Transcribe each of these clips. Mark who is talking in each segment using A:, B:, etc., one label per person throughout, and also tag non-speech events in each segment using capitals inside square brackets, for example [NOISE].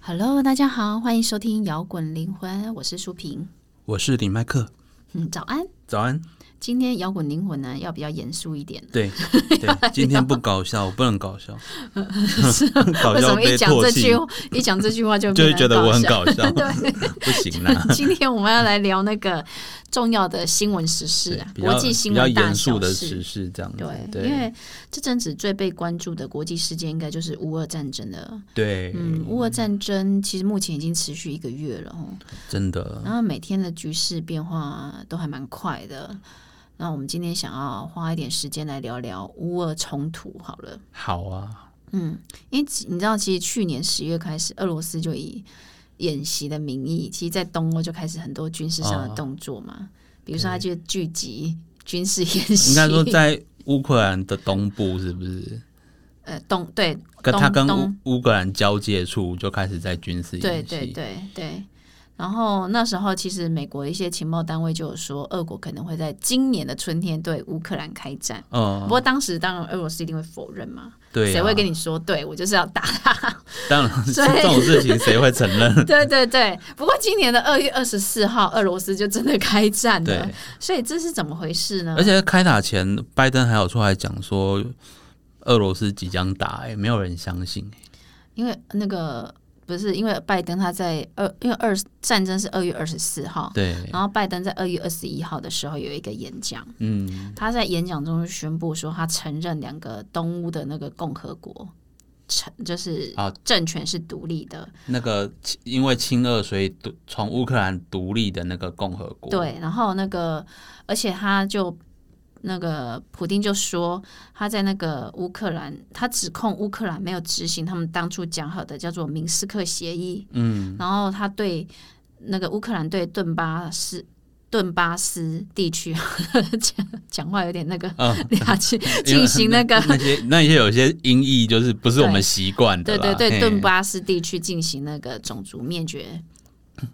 A: Hello，大家好，欢迎收听《摇滚灵魂》，我是舒萍。
B: 我是李麦克，
A: 嗯， [LAUGHS] 早安。
B: 早安。
A: 今天摇滚灵魂呢，要比较严肃一点。 [LAUGHS]
B: 对对，今天不搞笑，我不能搞笑，搞
A: 为什
B: 笑
A: 么一
B: 被
A: 讲
B: 唾
A: 这句
B: 弃，
A: 一讲这句话
B: [LAUGHS]
A: 就
B: 就
A: 变
B: 会觉得我很搞笑，
A: [LAUGHS] 对，
B: [LAUGHS] 不行啦。
A: [LAUGHS] 今天我们要来聊那个重要的新闻时事啊，
B: 比
A: 国
B: 较
A: 际新
B: 比较
A: 闻大
B: 严
A: 小
B: 肃的
A: 事
B: 时。事这样子，
A: 对，因
B: 对
A: 为这阵子最被关注的国际事件，应该就是乌俄战争了。
B: 对，
A: 嗯，乌俄战争其实目前已经持续一个月了哦，
B: 真的，
A: 然后每天的局势变化都还蛮快的。那我们今天想要花一点时间来聊聊乌俄冲突好了，
B: 好啊，
A: 嗯，因为其你知道，其实去年十月开始，俄罗斯就以演习的名义，其实在东欧就开始很多军事上的
B: 哦
A: 动作嘛，比如说他就聚集军事演习，
B: 应该说在乌克兰的东部是不是？
A: 呃东对
B: 跟
A: 东
B: 他跟乌
A: 东
B: 乌克兰交界处就开始在军事
A: 对
B: 演
A: 对
B: 习，
A: 对对。然后那时候，其实美国一些情报单位就有说，俄国可能会在今年的春天对乌克兰开战。不
B: 嗯，
A: 过当时当然俄罗斯一定会否认嘛，
B: 对啊，
A: 谁会跟你说对我就是要打 [LAUGHS] 他？
B: 当然， [LAUGHS]
A: 所以
B: 这种事情谁会承认？
A: 对对对。不过今年的二月二十四号，俄罗斯就真的开战了
B: 对，，
A: 所以这是怎么回事呢
B: 而？且开打前，拜登还有出来讲说，俄罗斯即将打、欸，没有人相信、
A: 因为那个不是因为拜登他在二，因为二战争是二月二十四号，
B: 对，
A: 然后拜登在二月二十一号的时候有一个演讲，
B: 嗯，
A: 他在演讲中就宣布说，他承认两个东乌的那个共和国。成就是
B: 啊
A: 政权是独立的，
B: 那个亲因为亲俄，所以独从乌克兰独立的那个共和国，，
A: 对，然后那个，而且他就那个普丁就说他在那个乌克兰，他指控乌克兰没有执行他们当初讲好的叫做明斯克协议，嗯，然后他对那个乌克兰对顿巴斯。顿巴斯地区 [LAUGHS] 讲讲话有点那个，
B: 嗯
A: [LAUGHS] 他去
B: [LAUGHS] 因
A: 进
B: 为
A: 行那个
B: 那些那些有些音译就是不是我们习惯
A: 对
B: 的啦，
A: 对对，
B: 嘿
A: 顿巴斯地区进行那个种族灭绝，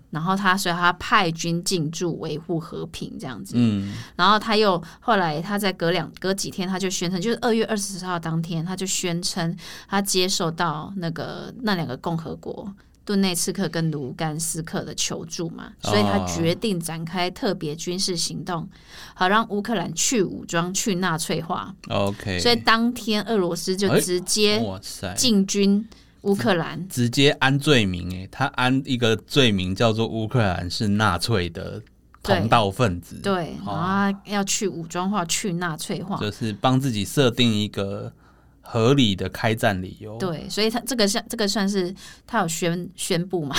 A: 然后他所以他派军进驻维护和平这样子，
B: 嗯，
A: 然后他又后来他在隔两隔几天他就宣称，就是二月二十四号当天他就宣称他接受到那个那两个共和国。顿内茨克跟卢甘斯克的求助嘛，所以他
B: 哦
A: 决定展开特别军事行动，好让乌克兰去武装、去纳粹化。
B: ，OK，
A: 所以当天俄罗斯就
B: 哎
A: 直接
B: 哇塞。
A: 进军乌克兰，
B: 直接安罪名、欸，他安一个罪名叫做乌克兰是纳粹的同道分子，
A: 对，然
B: 哦
A: 后他要去武装化、去纳粹化，
B: 就是帮自己设定一个合理的开战理由。
A: 对，所以他这个像这个算是他有宣宣布嘛，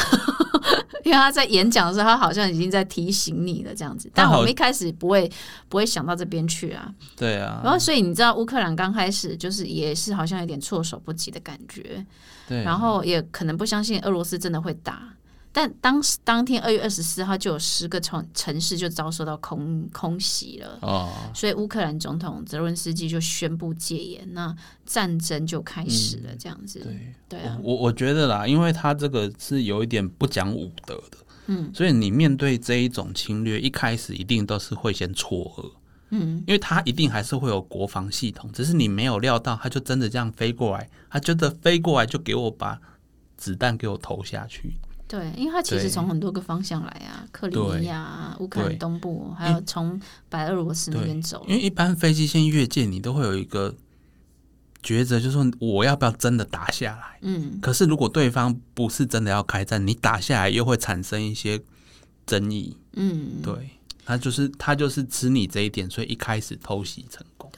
A: [LAUGHS] 因为他在演讲的时候，他好像已经在提醒你了这样子，但
B: 他好
A: 我们一开始不会不会想到这边去啊，
B: 对
A: 然
B: 啊，
A: 后所以你知道乌克兰刚开始就是也是好像有点措手不及的感觉，
B: 对
A: 然后也可能不相信俄罗斯真的会打。但当时当天二月二十四号就有十个城城市就遭受到空空袭了，
B: 哦，
A: 所以乌克兰总统泽伦斯基就宣布戒严，那战争就开始了，这样子。
B: 嗯对，
A: 对啊，
B: 我我觉得啦，因为他这个是有一点不讲武德的，
A: 嗯，
B: 所以你面对这一种侵略，一开始一定都是会先错愕。
A: 嗯，
B: 因为他一定还是会有国防系统，只是你没有料到，他就真的这样飞过来，他觉得飞过来就给我把子弹给我投下去。
A: 对，因为它其实
B: 对
A: 从很多个方向来啊，克里米亚啊、乌克兰
B: 对
A: 东部，还有从白俄罗斯那边走。
B: 因为一般飞机先越界，你都会有一个抉择，就是说我要不要真的打下来。
A: 嗯，
B: 可是如果对方不是真的要开战，你打下来又会产生一些争议。
A: 嗯，
B: 对，他就是他就是吃你这一点，所以一开始偷袭成功。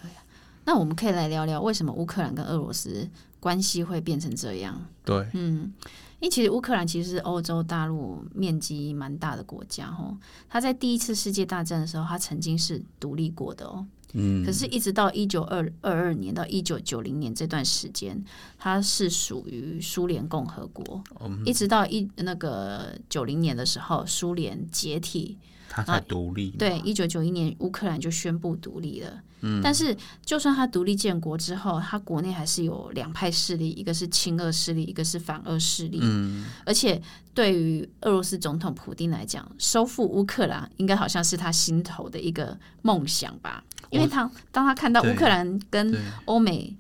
A: 那我们可以来聊聊为什么乌克兰跟俄罗斯关系会变成这样。
B: 对，
A: 嗯，因为其实乌克兰其实是欧洲大陆面积蛮大的国家哦，它在第一次世界大战的时候，它曾经是独立过的哦。
B: 嗯
A: 可，是，一直到一九二二二年到一九九零年这段时间，它是属于苏联共和国。一直到一那个九零年的时候，苏联解体。
B: 他才独立。
A: 对，一九九一年乌克兰就宣布独立了。嗯，但是就算它独立建国之后，它国内还是有两派势力，一个是亲俄势力，一个是反俄势力。
B: 嗯，
A: 而且对于俄罗斯总统普丁来讲，收复乌克兰应该好像是他心头的一个梦想吧，因为他当他看到
B: 对
A: 乌克兰跟
B: 对
A: 欧美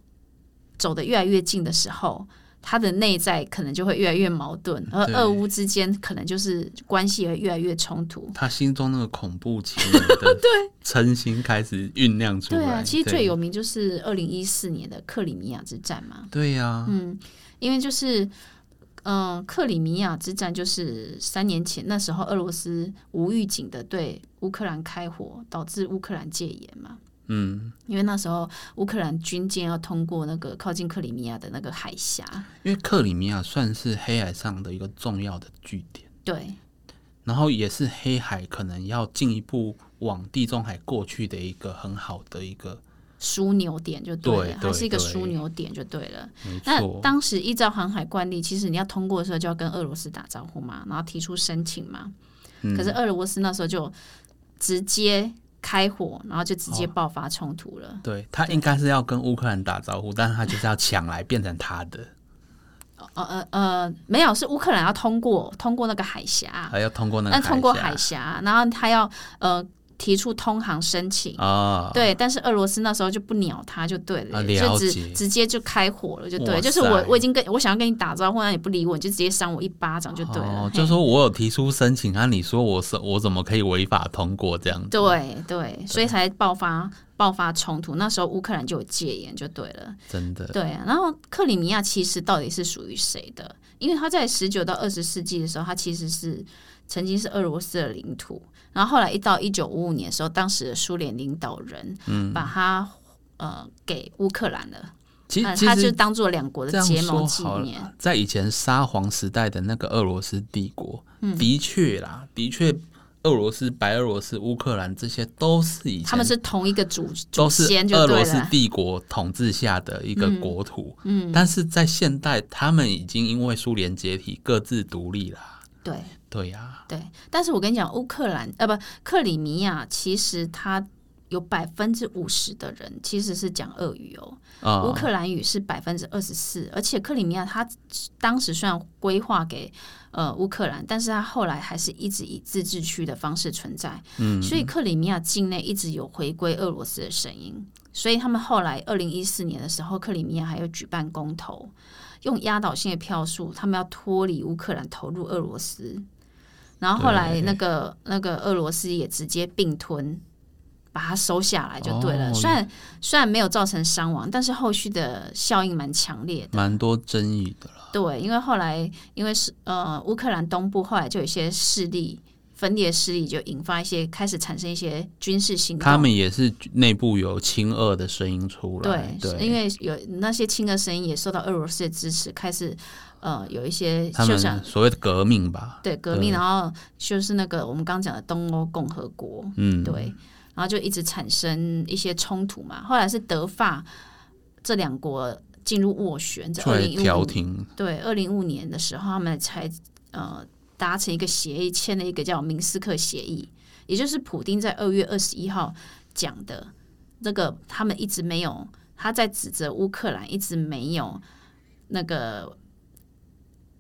A: 走得越来越近的时候，他的内在可能就会越来越矛盾，而
B: 对
A: 俄乌之间可能就是关系也越来越冲突。
B: 他心中那个恐怖情人
A: [LAUGHS]
B: 的嗔心开始酝酿出来。
A: 对啊，其实最
B: 对
A: 有名就是二零一四年的克里米亚之战嘛，
B: 对啊呀，
A: 嗯，因为就是。嗯，克里米亚之战就是三年前，那时候俄罗斯无预警的对乌克兰开火，导致乌克兰戒严嘛。
B: 嗯，
A: 因为那时候乌克兰军舰要通过那个靠近克里米亚的那个海峡，
B: 因为克里米亚算是黑海上的一个重要的据点，
A: 对
B: 然后也是黑海可能要进一步往地中海过去的一个很好的一个，
A: 枢纽点就
B: 对
A: 了，
B: 对
A: 它是一个
B: 对
A: 枢纽点就对了。
B: 没
A: 那
B: 错，
A: 当时依照航海惯例，其实你要通过的时候就要跟俄罗斯打招呼嘛，然后提出申请嘛。
B: 嗯
A: 可是俄罗斯那时候就直接开火，然后就直接爆发冲突了。
B: 对他应该是要跟乌克兰打招呼，但是他就是要抢来变成他的，
A: 呃呃呃，没有，是乌克兰要通过通过那个海峡，
B: 还要通过那
A: 啊那
B: 个
A: 通过
B: 峡
A: 海峡，然后他要呃提出通航申请。
B: 啊，
A: 对，但是俄罗斯那时候就不鸟他，就对了，
B: 啊
A: 就
B: 了
A: 直
B: 解
A: 直接就开火了，就对
B: 哇
A: 了，就是我
B: 塞
A: 我已经跟我想要跟你打招呼，那你不理我，你就直接扇我一巴掌就对了，
B: 哦，
A: 嘿
B: 就说我有提出申请，啊，你说我是我怎么可以违法通过这样子？
A: 对对，所以才爆发爆发冲突。那时候乌克兰就有戒严就对了，
B: 真的，
A: 对啊。然后克里米亚其实到底是属于谁的？因为它在十九到二十世纪的时候，它其实是曾经是俄罗斯的领土，然后后来一到一九五五年的时候，当时的苏联领导人
B: 嗯
A: 把它、呃给乌克兰了。
B: 其实
A: 嗯，
B: 其
A: 他就
B: 实
A: 当做两国
B: 这
A: 的
B: 样
A: 结盟
B: 说
A: 纪
B: 好
A: 念。
B: 了，在以前沙皇时代的那个俄罗斯帝国，
A: 嗯
B: 的确啦，的确，俄罗斯、白俄罗斯、乌克兰这些都是以前
A: 他们是同一个祖祖
B: 都是
A: 先就
B: 俄
A: 对
B: 罗斯
A: 了，
B: 帝国统治下的一个国土，嗯，但是在现代，他们已经因为苏联解体各自独立啦。
A: 对
B: 对呀、
A: 对。但是我跟你讲，乌克兰呃不，克里米亚其实它有百分之五十的人其实是讲俄语哦，
B: 啊，
A: 乌克兰语是百分之二十四，而且克里米亚它当时虽然规划给呃乌克兰，但是它后来还是一直以自治区的方式存在，嗯，所以克里米亚境内一直有回归俄罗斯的声音，所以他们后来二零一四年的时候，克里米亚还有举办公投，用压倒性的票数，他们要脱离乌克兰，投入俄罗斯。然后后来
B: 对
A: 那个那个俄罗斯也直接并吞，把它收下来就对了。
B: 哦
A: 虽然虽然没有造成伤亡，但是后续的效应蛮强烈的。
B: 蛮多争议的啦。
A: 对，因为后来因为是呃乌克兰东部后来就有一些势力分裂势力，就引发一些开始产生一些军事行动。
B: 他们也是内部有亲俄的声音出来
A: 对，，是因
B: 为
A: 为有那些亲俄声音也受到俄罗斯的支持，开始呃有一些
B: 他
A: 就像
B: 们所谓的革命吧，
A: 对革命，
B: 对
A: 然后就是那个我们刚讲的东欧共和国，
B: 嗯，
A: 对，然后就一直产生一些冲突嘛。后来是德法这两国进入斡旋，在
B: 出
A: 二
B: 来
A: 零一
B: 调
A: 五
B: 停，
A: 对二零一五年的时候，他们才呃达成一个协议，签了一个叫明斯克协议，也就是普丁在二月二十一号讲的那个，他们一直没有他在指责乌克兰一直没有那个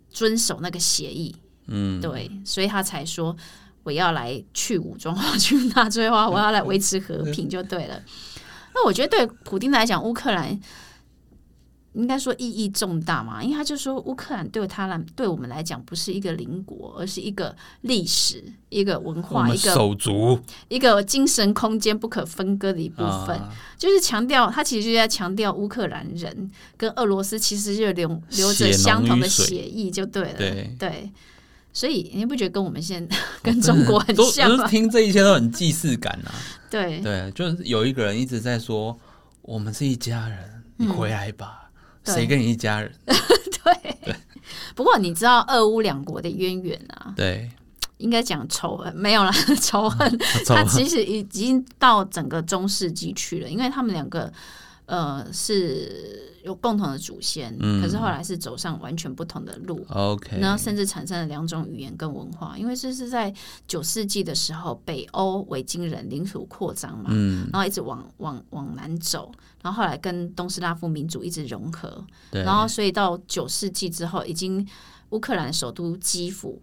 A: 遵守那个协议，
B: 嗯，
A: 对，所以他才说我要来去武装 [LAUGHS] 化、去纳粹化，我要来维持和平就对了。那我觉得对普丁来讲，乌克兰应该说意义重大嘛，因为他就说乌克兰对他来对我们来讲不是一个邻国，而是一个历史、一个文
B: 我
A: 化、一
B: 们
A: 个
B: 手足
A: 一个精神空间不可分割的一部分。
B: 啊
A: 就是强调，他其实就在强调乌克兰人跟俄罗斯其实就流流着
B: 血浓
A: 相同的
B: 于水
A: 血意，就对了。
B: 对
A: 所以你不觉得跟我们现在跟中国很
B: 都
A: 像
B: 就是
A: 吗？
B: 听这一切都很既视感啊。
A: [LAUGHS] 对
B: [LAUGHS] 对，就是有一个人一直在说我们是一家人，你回来
A: 嗯
B: 吧，
A: 对
B: 谁跟你一家人？
A: 对。不过你知道俄乌两国的渊源啊，
B: 对，
A: 应该讲仇恨没有啦， [LAUGHS] 仇恨
B: 走
A: 它其实已经到整个中世纪去了，因为他们两个呃是有共同的祖先，
B: 嗯
A: 可是后来是走上完全不同的路。
B: OK，
A: 然后甚至产生了两种语言跟文化，因为这是在九世纪的时候，北欧维京人领土扩张嘛，
B: 嗯，
A: 然后一直往往往南走，然后后来跟东斯拉夫民族一直融合，
B: 对，
A: 然后所以到九世纪之后，已经乌克兰首都基辅。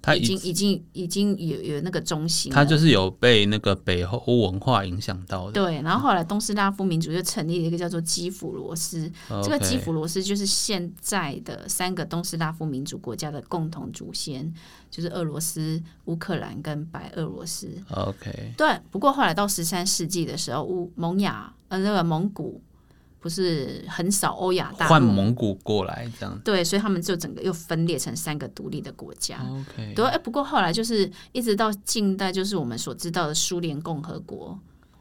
B: 他
A: 已
B: 啊已
A: 经已经已经有有那个中心了，
B: 他就是有被那个北欧文化影响到的。
A: 对，然后后来东斯拉夫民族就成立了一个叫做基辅罗斯，这个
B: OK
A: 基辅罗斯就是现在的三个东斯拉夫民族国家的共同祖先，就是俄罗斯、乌克兰跟白俄罗斯。
B: OK，
A: 对，不过后来到十三世纪的时候，乌蒙雅呃那个蒙古不是很少欧亚大陆
B: 换蒙古过来这样。
A: 对，所以他们就整个又分裂成三个独立的国家。
B: OK，
A: 对，哎，不过后来就是一直到近代，就是我们所知道的苏联共和国。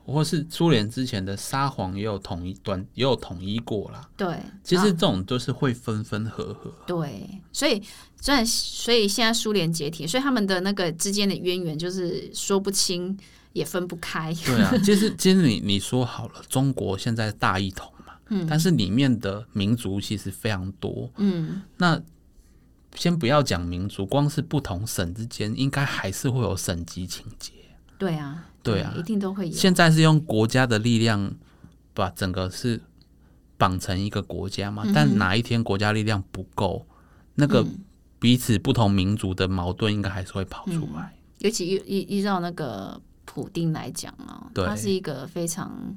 B: 或是苏联之前的沙皇也有统一端，也有统一过啦。
A: 对，
B: 其
A: 然
B: 实这种就是会分分合合。
A: 对，所以虽然所以现在苏联解体，所以他们的那个之间的渊源就是说不清也分不开。
B: 对
A: [LAUGHS]
B: 啊，其实其实你你说好了，中国现在大一统嘛，嗯，但是里面的民族其实非常多，
A: 嗯，
B: 那。先不要讲民族，光是不同省之间，应该还是会有省级情节。
A: 对啊，
B: 对啊
A: 一定都会有。
B: 现在是用国家的力量把整个是绑成一个国家
A: 嗯
B: 嘛，但哪一天国家力量不够，那个彼此不同民族的矛盾应该还是会跑出来。
A: 尤其依依依照那个普丁来讲啊，
B: 对
A: 他是一个非常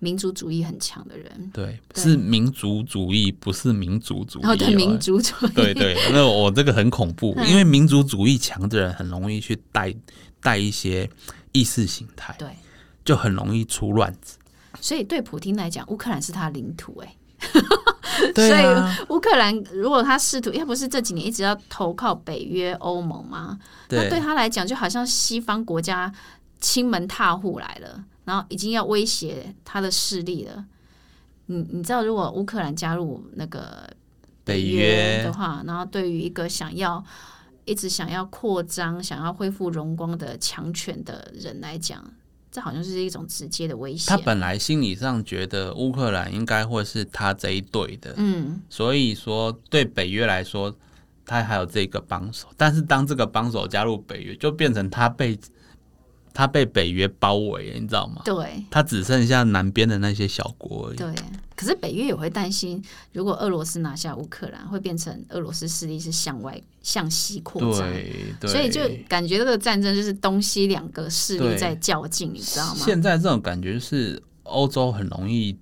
A: 民族主义很强的人，
B: 对，
A: 对
B: 是民族主义，不是民族主义
A: 然后
B: 哦。
A: 对民族主义，
B: [LAUGHS]
A: [LAUGHS]
B: 对对，那我这个很恐怖，
A: 嗯
B: 因为民族主义强的人很容易去带带一些意识形态，
A: 对
B: 就很容易出乱
A: [LAUGHS]
B: 子。
A: 所以对普丁来讲，乌克兰是他的领土、哎。
B: 对啊，
A: 乌克兰如果他试图，要不是这几年一直要投靠北约、欧盟吗？那对
B: 对
A: 他来讲，就好像西方国家亲门踏户来了，然后已经要威胁他的势力了。你你知道，如果乌克兰加入那个
B: 北
A: 约啊
B: 约
A: 的，话，然后对于一个想要一直想要扩张、想要恢复荣光的强权的人来讲，这好像是一种直接的威胁
B: 他。本来心理上觉得乌克兰应该会是他这一队的，
A: 嗯，
B: 所以说对北约来说，他还有这个帮手。但是当这个帮手加入北约，就变成他被他被北约包围了，你知道吗？
A: 对。
B: 他只剩下南边的那些小国而已。
A: 对，可是北约也会担心，如果俄罗斯拿下乌克兰，会变成俄罗斯势力是向外向西扩张，
B: 对对，
A: 所以就感觉这个战争就是东西两个势力
B: 对
A: 在较劲，你知道吗？
B: 现在这种感觉就是欧洲很容易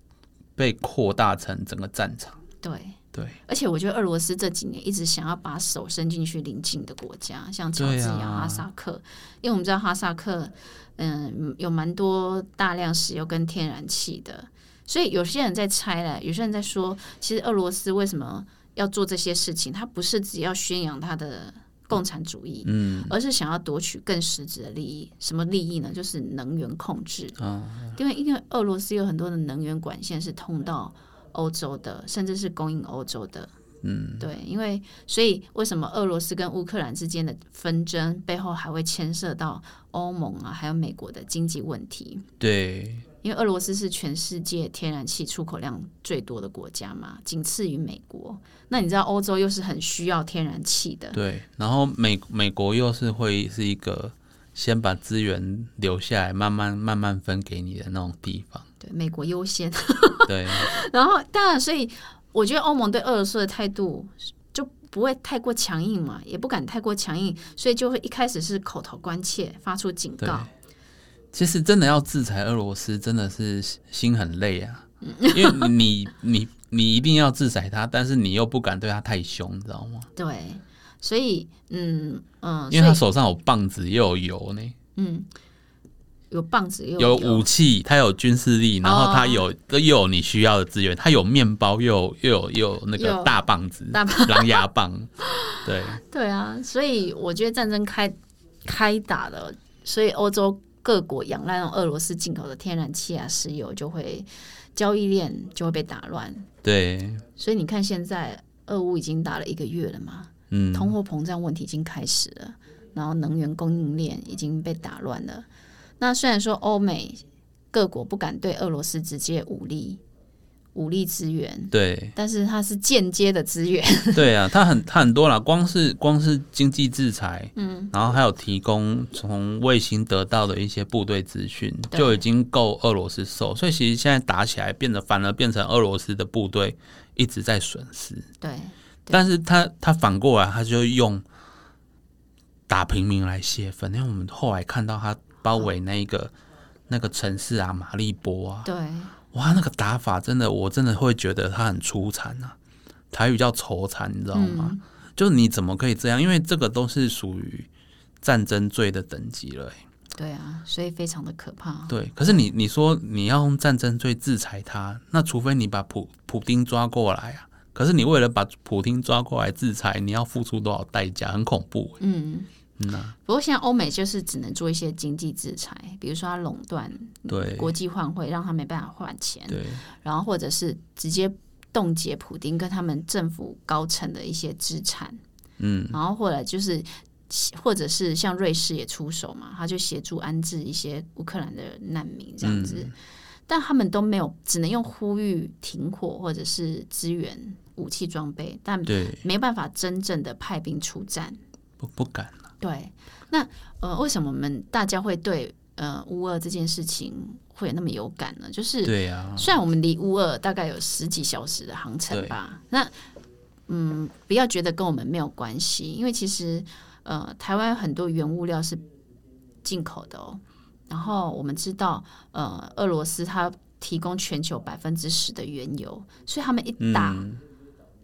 B: 被扩大成整个战场。
A: 对，
B: 对
A: 而且我觉得俄罗斯这几年一直想要把手伸进去邻近的国家，像乔治
B: 对
A: 亚、
B: 啊
A: 哈萨克，因为我们知道哈萨克，嗯，有蛮多大量石油跟天然气的，所以有些人在猜了，有些人在说，其实俄罗斯为什么要做这些事情？他不是只要宣扬他的共产主义，嗯，而是想要夺取更实质的利益。什么利益呢？就是能源控制，
B: 哦
A: 因为因为俄罗斯有很多的能源管线是通到欧洲的，甚至是供应欧洲的。嗯，对，因为所以为什么俄罗斯跟乌克兰之间的纷争背后还会牵涉到欧盟啊，还有美国的经济问题？
B: 对，
A: 因为俄罗斯是全世界天然气出口量最多的国家嘛，仅次于美国。那你知道欧洲又是很需要天然气的，
B: 对，然后美美国又是会是一个先把资源留下来，慢慢慢慢分给你的那种地
A: [LAUGHS]
B: 方。
A: 对，美国优先。
B: 对，
A: [LAUGHS] 然后当然，所以我觉得欧盟对俄罗斯的态度就不会太过强硬嘛，也不敢太过强硬，所以就会一开始是口头关切，发出警
B: 对
A: 告。
B: 其实真的要制裁俄罗斯，真的是心很累啊，
A: 嗯
B: 因为你你你一定要制裁他，但是你又不敢对他太凶，你知道吗？
A: 对，所以嗯嗯，
B: 因为
A: 所
B: 他
A: 以
B: 手上有棒子，又有油呢，
A: 嗯，有棒子又
B: 有哦
A: 有
B: 武器，他有军事力，然后他有又有你需要的资源，他有面包，又有又有又有那
A: 又
B: 个大棒子
A: 大、
B: 狼牙 [LAUGHS] 棒，对。
A: 对啊，所以我觉得战争开开打了，所以欧洲各国仰赖那种俄罗斯进口的天然气啊、石油，就会交易链就会被打乱。
B: 对，
A: 所以你看，现在俄乌已经打了一个月了嘛，
B: 嗯，
A: 通货膨胀问题已经开始了，然后能源供应链已经被打乱了。那虽然说欧美各国不敢对俄罗斯直接武力武力支援，
B: 对
A: 但是它是间接的支援，
B: 对啊，他很他很多啦，光是光是经济制裁，嗯，然后还有提供从卫星得到的一些部队资讯，
A: 对
B: 就已经够俄罗斯受，所以其实现在打起来变得反而变成俄罗斯的部队一直在损失，
A: [LAUGHS] 对
B: 但是他他反过来他就用打平民来泄愤。因为我们后来看到他包围那一个、那个城市啊，马利波啊，
A: 对，
B: 哇，那个打法真的，我真的会觉得他很粗残啊。台语叫仇残，你知道吗？就你怎么可以这样？因为这个都是属于战争罪的等级了欸、
A: 对啊，所以非常的可怕。
B: 对，可是你你说你要用战争罪制裁他，那除非你把普普丁抓过来啊。可是你为了把普丁抓过来制裁，你要付出多少代价？很恐怖欸、
A: 嗯不过现在欧美就是只能做一些经济制裁，比如说它垄断
B: 对
A: 国际换汇，让他没办法换钱，
B: 对
A: 然后或者是直接冻结普丁跟他们政府高层的一些资产，嗯，然后或者就是。或者是像瑞士也出手嘛，他就协助安置一些乌克兰的难民这样子，但他们都没有，只能用呼吁停火或者是支援武器装备，但
B: 对，
A: 没办法真正的派兵出战。
B: 不不敢啊
A: 对，那呃，为什么我们大家会对呃乌二这件事情会有那么有感呢？就是
B: 对啊，
A: 虽然我们离乌二大概有十几小时的航程吧，那嗯，不要觉得跟我们没有关系，因为其实呃，台湾有很多原物料是进口的哦。然后我们知道，呃，俄罗斯它提供全球百分之十的原油，所以他们一打、
B: 嗯，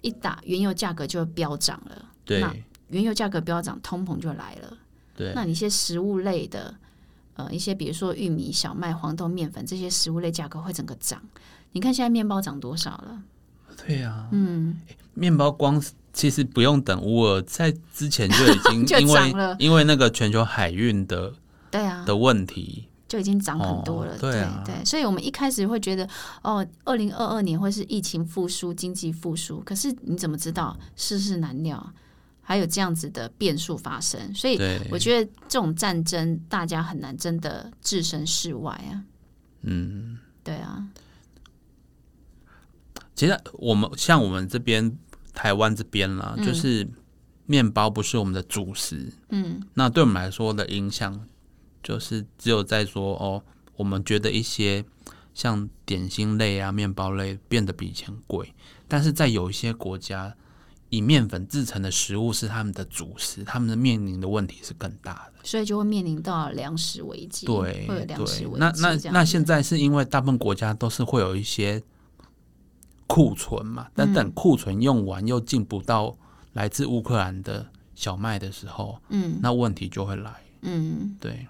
A: 一打，原油价格就会飙涨了。
B: 对
A: 那原油价格飙涨，通膨就来了。
B: 对
A: 那你一些食物类的，呃，一些比如说玉米、小麦、黄豆、面粉这些食物类价格会整个涨。你看现在面包涨多少了？
B: 对啊，嗯，面包光是其实不用等乌尔，在之前就
A: [LAUGHS] 就
B: 已经因为
A: 涨了
B: 因为那个全球海运的
A: 对啊，
B: 的问题，
A: 就已经涨很多了。
B: 哦对啊
A: 对，所以我们一开始会觉得，哦，二零二二年会是疫情复苏、经济复苏，可是你怎么知道？世事难料，还有这样子的变数发生，所以
B: 对，
A: 我觉得这种战争大家很难真的置身事外啊。
B: 嗯。
A: 对啊，
B: 其实我们像我们这边台湾这边啦，就是面包不是我们的主食，嗯，那对我们来说的影响就是只有在说哦，我们觉得一些像点心类啊、面包类变得比以前贵，但是在有一些国家，以面粉制成的食物是他们的主食，他们的面临的问题是更大的。
A: 所以就会面临到粮食危机，
B: 对，
A: 会有粮食
B: 对
A: 危机。
B: 那那
A: 这样
B: 那现在是因为大部分国家都是会有一些库存嘛，但
A: 嗯
B: 等库存用完又进不到来自乌克兰的小麦的时候，嗯，那问题就会来。
A: 嗯，
B: 对，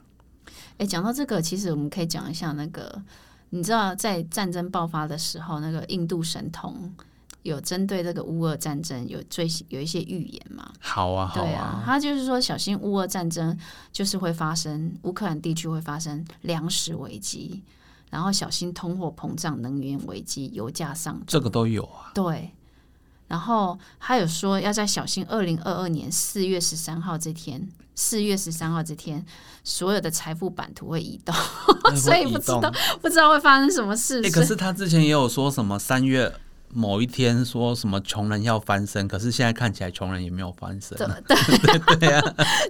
A: 哎，讲到这个，其实我们可以讲一下那个，你知道在战争爆发的时候，那个印度神童有针对这个乌俄战争有最有一些预言嘛？
B: 好啊，好
A: 对啊，他就是说小心乌俄战争就是会发生，乌克兰地区会发生粮食危机，然后小心通货膨胀、能源危机、油价上
B: 这个都
A: [LAUGHS]
B: 有啊，
A: 对，然后还有说要在小心二零二二年四月十三号这天，四月十三号这天，所有的财富版图会移动， [LAUGHS] 所以不知道
B: 道。
A: 不知道会发生什么事。所
B: 哎、可
A: 以
B: 是他之前也有说什么三月。某一天说什么穷人要翻身，可是现在看起来穷人也没有翻身。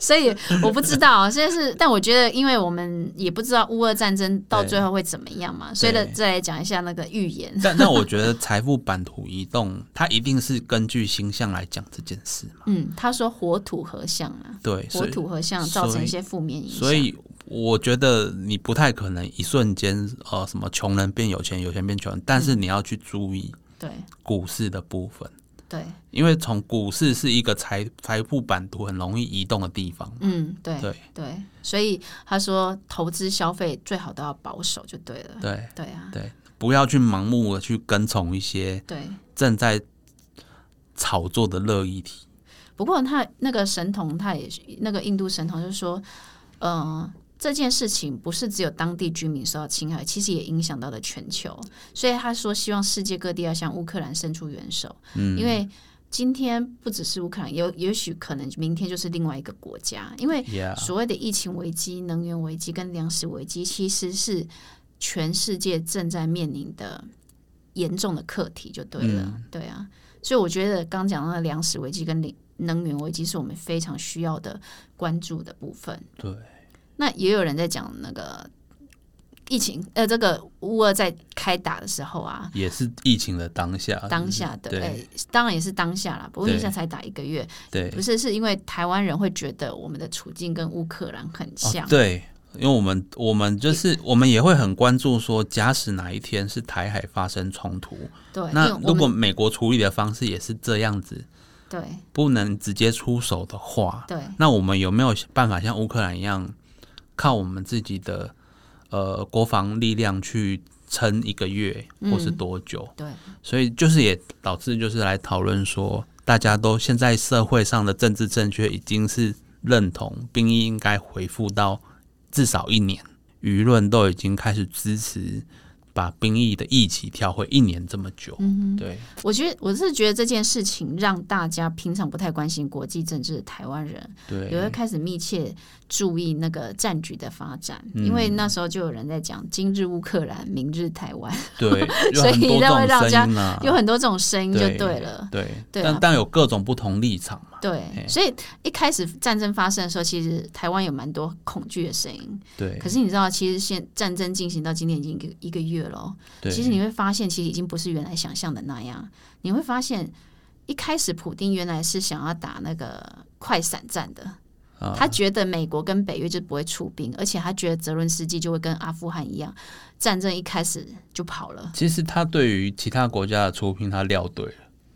A: 所以我不知道， [LAUGHS] 现在是，但我觉得，因为我们也不知道乌俄战争到最后会怎么样嘛，所以呢，
B: 对
A: 再来讲一下那个预言。
B: 但那我觉得财富版图移动，它一定是根据星象来讲这件事嘛。
A: 嗯，他说火土合相啊， [LAUGHS]
B: 对，
A: 火
B: 所以
A: 土合相
B: 所
A: 造成一
B: 以
A: 些负面影响。
B: 所以我觉得你不太可能一瞬间呃什么穷人变有钱，有钱变穷人，但是
A: 嗯
B: 你要去注意
A: 对
B: 股市的部分，
A: 对，
B: 因为从股市是一个财财富版图很容易移动的地方。
A: 嗯对
B: 对
A: 对，所以他说投资消费最好都要保守就对了。
B: 对
A: 对啊，
B: 对，不要去盲目的去跟从一些
A: 对。
B: 正在炒作的热议题。
A: 不过他那个神童，他也那个印度神童就说，呃，这件事情不是只有当地居民受到侵害，其实也影响到了全球。所以他说，希望世界各地要向乌克兰伸出援手，嗯、因为今天不只是乌克兰，有也许可能明天就是另外一个国家，因为
B: Yeah，
A: 所谓的疫情危机、能源危机跟粮食危机，其实是全世界正在面临的严重的课题，就对了。
B: 嗯
A: 对啊，所以我觉得刚讲到的粮食危机跟能能源危机是我们非常需要的关注的部分。
B: 对，
A: 那也有人在讲那个疫情呃这个乌俄在开打的时候啊，
B: 也是疫情的当下，
A: 当下的，
B: 啊对
A: 哎当然也是当下啦。不过
B: 对
A: 你现在才打一个月，
B: 对，
A: 不是是因为台湾人会觉得我们的处境跟乌克兰很像，
B: 哦。对，因为我们我们就是我们也会很关注说，假使哪一天是台海发生冲突，
A: 对，因
B: 那
A: 为我
B: 如果
A: 们
B: 美国处理的方式也是这样子，
A: 对
B: 不能直接出手的话，
A: 对
B: 那我们有没有办法像乌克兰一样，靠我们自己的呃国防力量去撑一个月
A: 嗯
B: 或是多久？
A: 对
B: 所以就是也导致就是来讨论说，大家都现在社会上的政治正确已经是认同兵役应该回复到至少一年，舆论都已经开始支持把兵役的役期调回一年这么久。嗯、对，
A: 我觉得我是觉得这件事情让大家平常不太关心国际政治的台湾人，也会
B: 对，
A: 开始密切注意那个战局的发展，因
B: 嗯
A: 为那时候就有人在讲今日乌克兰，明日台湾，
B: [LAUGHS]
A: [LAUGHS]
B: 对，有
A: 所以
B: 很多这
A: 那会让
B: 种
A: 人家
B: 声音
A: [LAUGHS]
B: 啊，
A: 有很多这种声音就
B: 对
A: 对了。
B: 对，
A: 对啊
B: 但但有各种不同立场嘛，
A: 对，所以一开始战争发生的时候，其实台湾有蛮多恐惧的声音。
B: 对
A: 可是你知道，其实现战争进行到今天已经一个一个月了哦，
B: 对，
A: 其实你会发现，其实已经不是原来想象的那样。你会发现，一开始普丁原来是想要打那个快闪战的，
B: 啊
A: 他觉得美国跟北约就不会出兵，而且他觉得泽伦斯基就会跟阿富汗一样，战争一开始就跑了。
B: 其实他对于其他国家的出品，他料对了，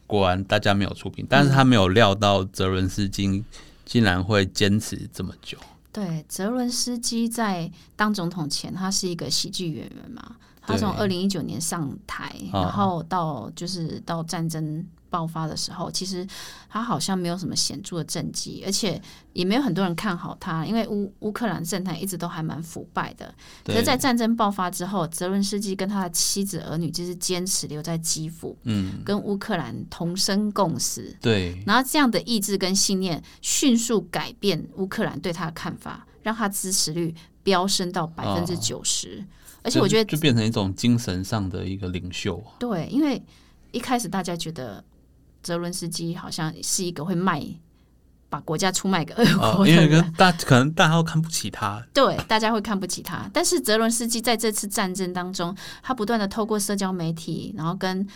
B: 果然大家没有出品，
A: 嗯
B: 但是他没有料到泽伦斯基竟然会坚持这么久。
A: 对，泽伦斯基在当总统前，他是一个喜剧演员嘛。他
B: 对
A: 从二零一九年上台，
B: 啊
A: 然后到就是到战争爆发的时候，其实他好像没有什么显著的政绩，而且也没有很多人看好他，因为乌乌克兰政坛一直都还蛮腐败的。可
B: 对
A: 是，在战争爆发之后，泽伦斯基跟他的妻子儿女就是坚持留在基辅，
B: 嗯，
A: 跟乌克兰同生共死。
B: 对
A: 然后这样的意志跟信念迅速改变乌克兰对他的看法，让他支持率飙升
B: 啊
A: 到百分之九十。而且我觉得
B: 就就变成一种精神上的一个领袖啊。
A: 对，因为一开始大家觉得泽伦斯基好像是一个会卖把国家出卖给俄 [LAUGHS]
B: 啊
A: 国的
B: 因为
A: 人，
B: 跟大可能大家都看不起他，
A: 对，大家会看不起他。但是泽伦斯基在这次战争当中，他不断的透过社交媒体，然后跟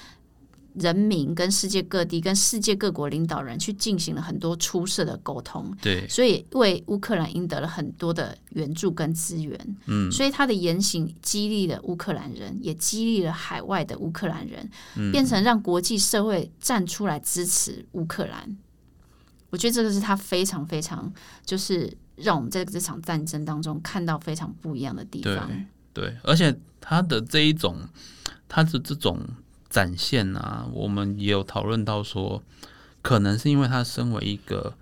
A: 人民、跟世界各地、跟世界各国领导人去进行了很多出色的沟通。
B: 对
A: 所以为乌克兰赢得了很多的援助跟资源。嗯，所以他的言行激励了乌克兰人，也激励了海外的乌克兰人，变成让国际社会站出来支持乌克兰。我觉得这个是他非常非常，就是让我们在这场战争当中看到非常不一样的地
B: 对
A: 方。
B: 对，而且他的这一种，他的这种展现啊，我们也有讨论到说，可能是因为他身为一个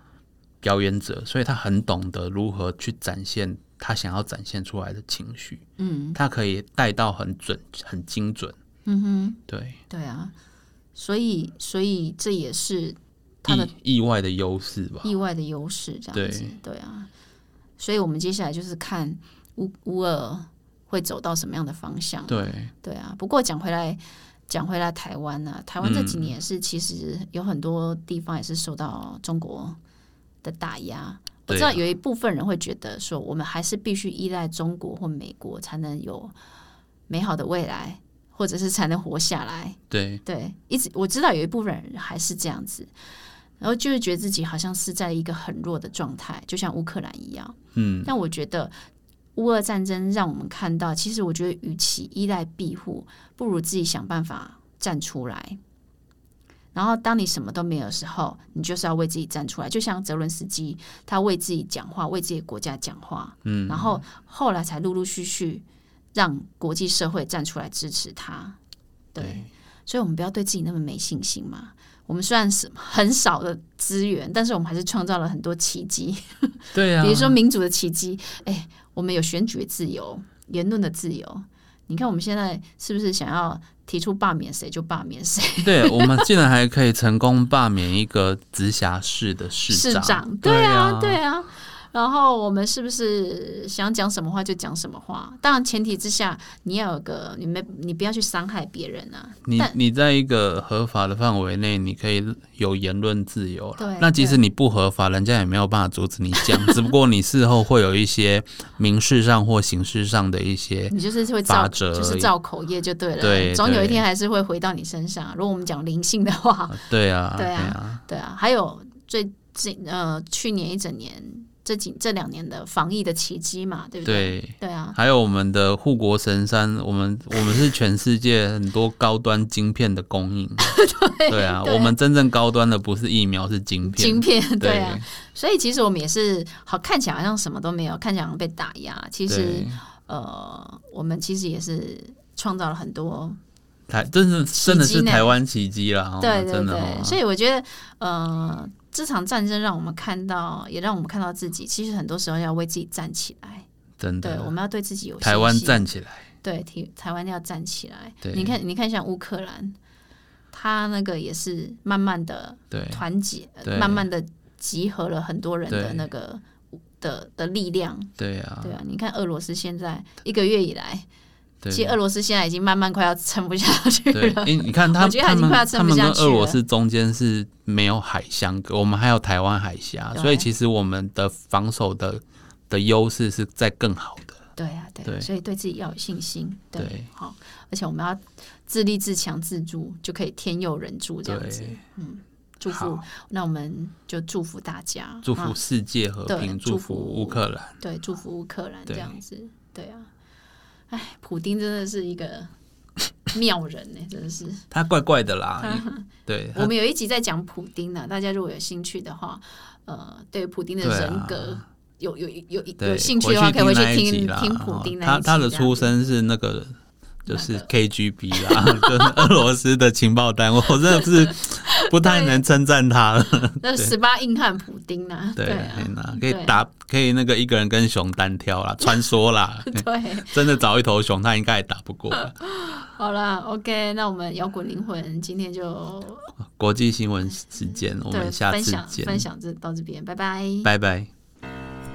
B: 表演者，所以他很懂得如何去展现他想要展现出来的情绪，
A: 嗯
B: 他可以带到很准、很精准。嗯哼，对，
A: 对啊，所以所以这也是他的
B: 意意外的优势吧。
A: 意外的优势，这样子，对啊。所以我们接下来就是看乌乌尔会走到什么样的方向，
B: 对，
A: 对啊。不过讲回来，讲回来台湾呢、啊，台湾这几年也是其实有很多地方也是受到中国的打压。我
B: 对啊
A: 知道有一部分人会觉得说，我们还是必须依赖中国或美国才能有美好的未来，或者是才能活下来。
B: 对，
A: 对，一直我知道有一部分人还是这样子，然后就会觉得自己好像是在一个很弱的状态，就像乌克兰一样。
B: 嗯，
A: 但我觉得乌俄战争让我们看到，其实我觉得与其依赖庇护，不如自己想办法站出来。然后，当你什么都没有的时候，你就是要为自己站出来。就像泽伦斯基，他为自己讲话，为自己的国家讲话，嗯，然后后来才陆陆续续让国际社会站出来支持他。对，
B: 对
A: 所以我们不要对自己那么没信心嘛。我们虽然是很少的资源，但是我们还是创造了很多奇迹。
B: 对啊，
A: 比如说民主的奇迹，哎，我们有选举的自由、言论的自由。你看我们现在是不是想要提出罢免谁就罢免谁？
B: [LAUGHS] 对我们竟然还可以成功罢免一个直辖市的市
A: 市
B: 长，
A: 长，
B: 对
A: 对啊，
B: 啊
A: 对啊。然后我们是不是想讲什么话就讲什么话？当然前提之下，你要有个你没你不要去伤害别人啊。
B: 你
A: 但
B: 你在一个合法的范围内，你可以有言论自由
A: 对
B: 了。那即使
A: 对
B: 你不合法，人家也没有办法阻止你
A: [LAUGHS]
B: 讲，只不过你事后会有一些民事上或刑事上的一些
A: 你就是会造
B: 法则而已，
A: 就是造口业就对了，
B: 对
A: 总有一
B: 对
A: 天还是会回到你身上。啊如果我们讲灵性的
B: [LAUGHS]
A: 话，
B: 对啊，
A: 对啊
B: 啊，
A: 对啊，还有最近呃去年一整年这几这两年的防疫的奇迹嘛，对不对？
B: 对。
A: 对啊，
B: 还有我们的护国神山，我们我们是全世界很多高端晶片的
A: [LAUGHS]
B: 供应，对啊，我们真正高端的不是疫苗，是晶片，
A: 晶片
B: 对
A: 对啊，所以其实我们也是好看起来好像什么都没有，看起来好像被打压，其实
B: 对，
A: 呃，我们其实也是创造了很多，
B: 台真是真的
A: 奇
B: 是
A: 迹呢
B: 台湾奇迹啦，哦
A: 对对
B: 真的
A: 对，
B: 哦，
A: 所以我觉得呃，这场战争让我们看到，也让我们看到自己，其实很多时候要为自己站起来，
B: 真
A: 对，我
B: 的，
A: 们要对自己有
B: 台湾
A: 信心
B: 站起来，
A: 对，提台湾要站起来。
B: 对
A: 你看，你看，像乌克兰，他那个也是慢慢的
B: 对
A: 团结，
B: 对
A: 慢慢的集合了很多人的
B: 对
A: 那个的的力量。
B: 对啊
A: 对，啊，你看俄罗斯现在一个月以来，
B: 对
A: 其实俄罗斯现在已经慢慢快要撑不下去
B: 对，
A: [LAUGHS] 了。
B: 因为你看他
A: 我觉得他
B: 他
A: 已经
B: 们
A: 快要撑
B: 他
A: 不
B: 们
A: 下
B: 跟
A: 去
B: 俄罗
A: 了
B: 斯中间是没有海相隔，我们还有台湾海峡，
A: 对
B: 所以其实我们的防守的的优势是在更好的。
A: 对啊，对啊，
B: 对
A: 所以对自己要有信心。
B: 对
A: 好，而且我们要自立自强自助，就可以天佑人助这样子。嗯
B: 对，
A: 祝福
B: 好，
A: 那我们就祝福大家，
B: 祝
A: 啊
B: 福世界和
A: 对
B: 平，
A: 祝
B: 祝福
A: 福
B: 乌克兰。
A: 对，祝福乌克兰这
B: 对
A: 样子，对啊，哎，普丁真的是一个妙人呢、 [LAUGHS] 真的是。
B: 他怪怪的啦，对，
A: 我 [LAUGHS]
B: 他
A: 们有一集在讲普丁呢、大家如果有兴趣的话，呃，对普丁的
B: 对啊
A: 人格、有有有有
B: 对
A: 有兴趣的话，可以回去
B: 那一集
A: 听
B: 啦
A: 听普丁
B: 哦
A: 那一
B: 他
A: 集啊
B: 他的
A: 这样
B: 出
A: 子
B: 身是那个。就
A: 哪
B: 是
A: 个
B: KGB 啦， [LAUGHS] 就是俄罗斯的情报单位，我真的是不太能称赞他了。
A: 那十八硬汉普丁呐、啊，
B: 对，
A: 啊
B: 嘿，呐可
A: 对
B: 以打，可以那个一个人跟熊单
A: [LAUGHS]
B: 挑啦，穿梭啦， [LAUGHS]
A: 对，
B: 真的找一头熊，他应该也打不过。
A: [LAUGHS] 好啦 o、k 那我们摇滚灵魂今天就
B: 国际新闻时间，我
A: 对
B: 们下
A: 分
B: 次
A: 享
B: 见，
A: 分享这到这边，拜拜，
B: 拜拜。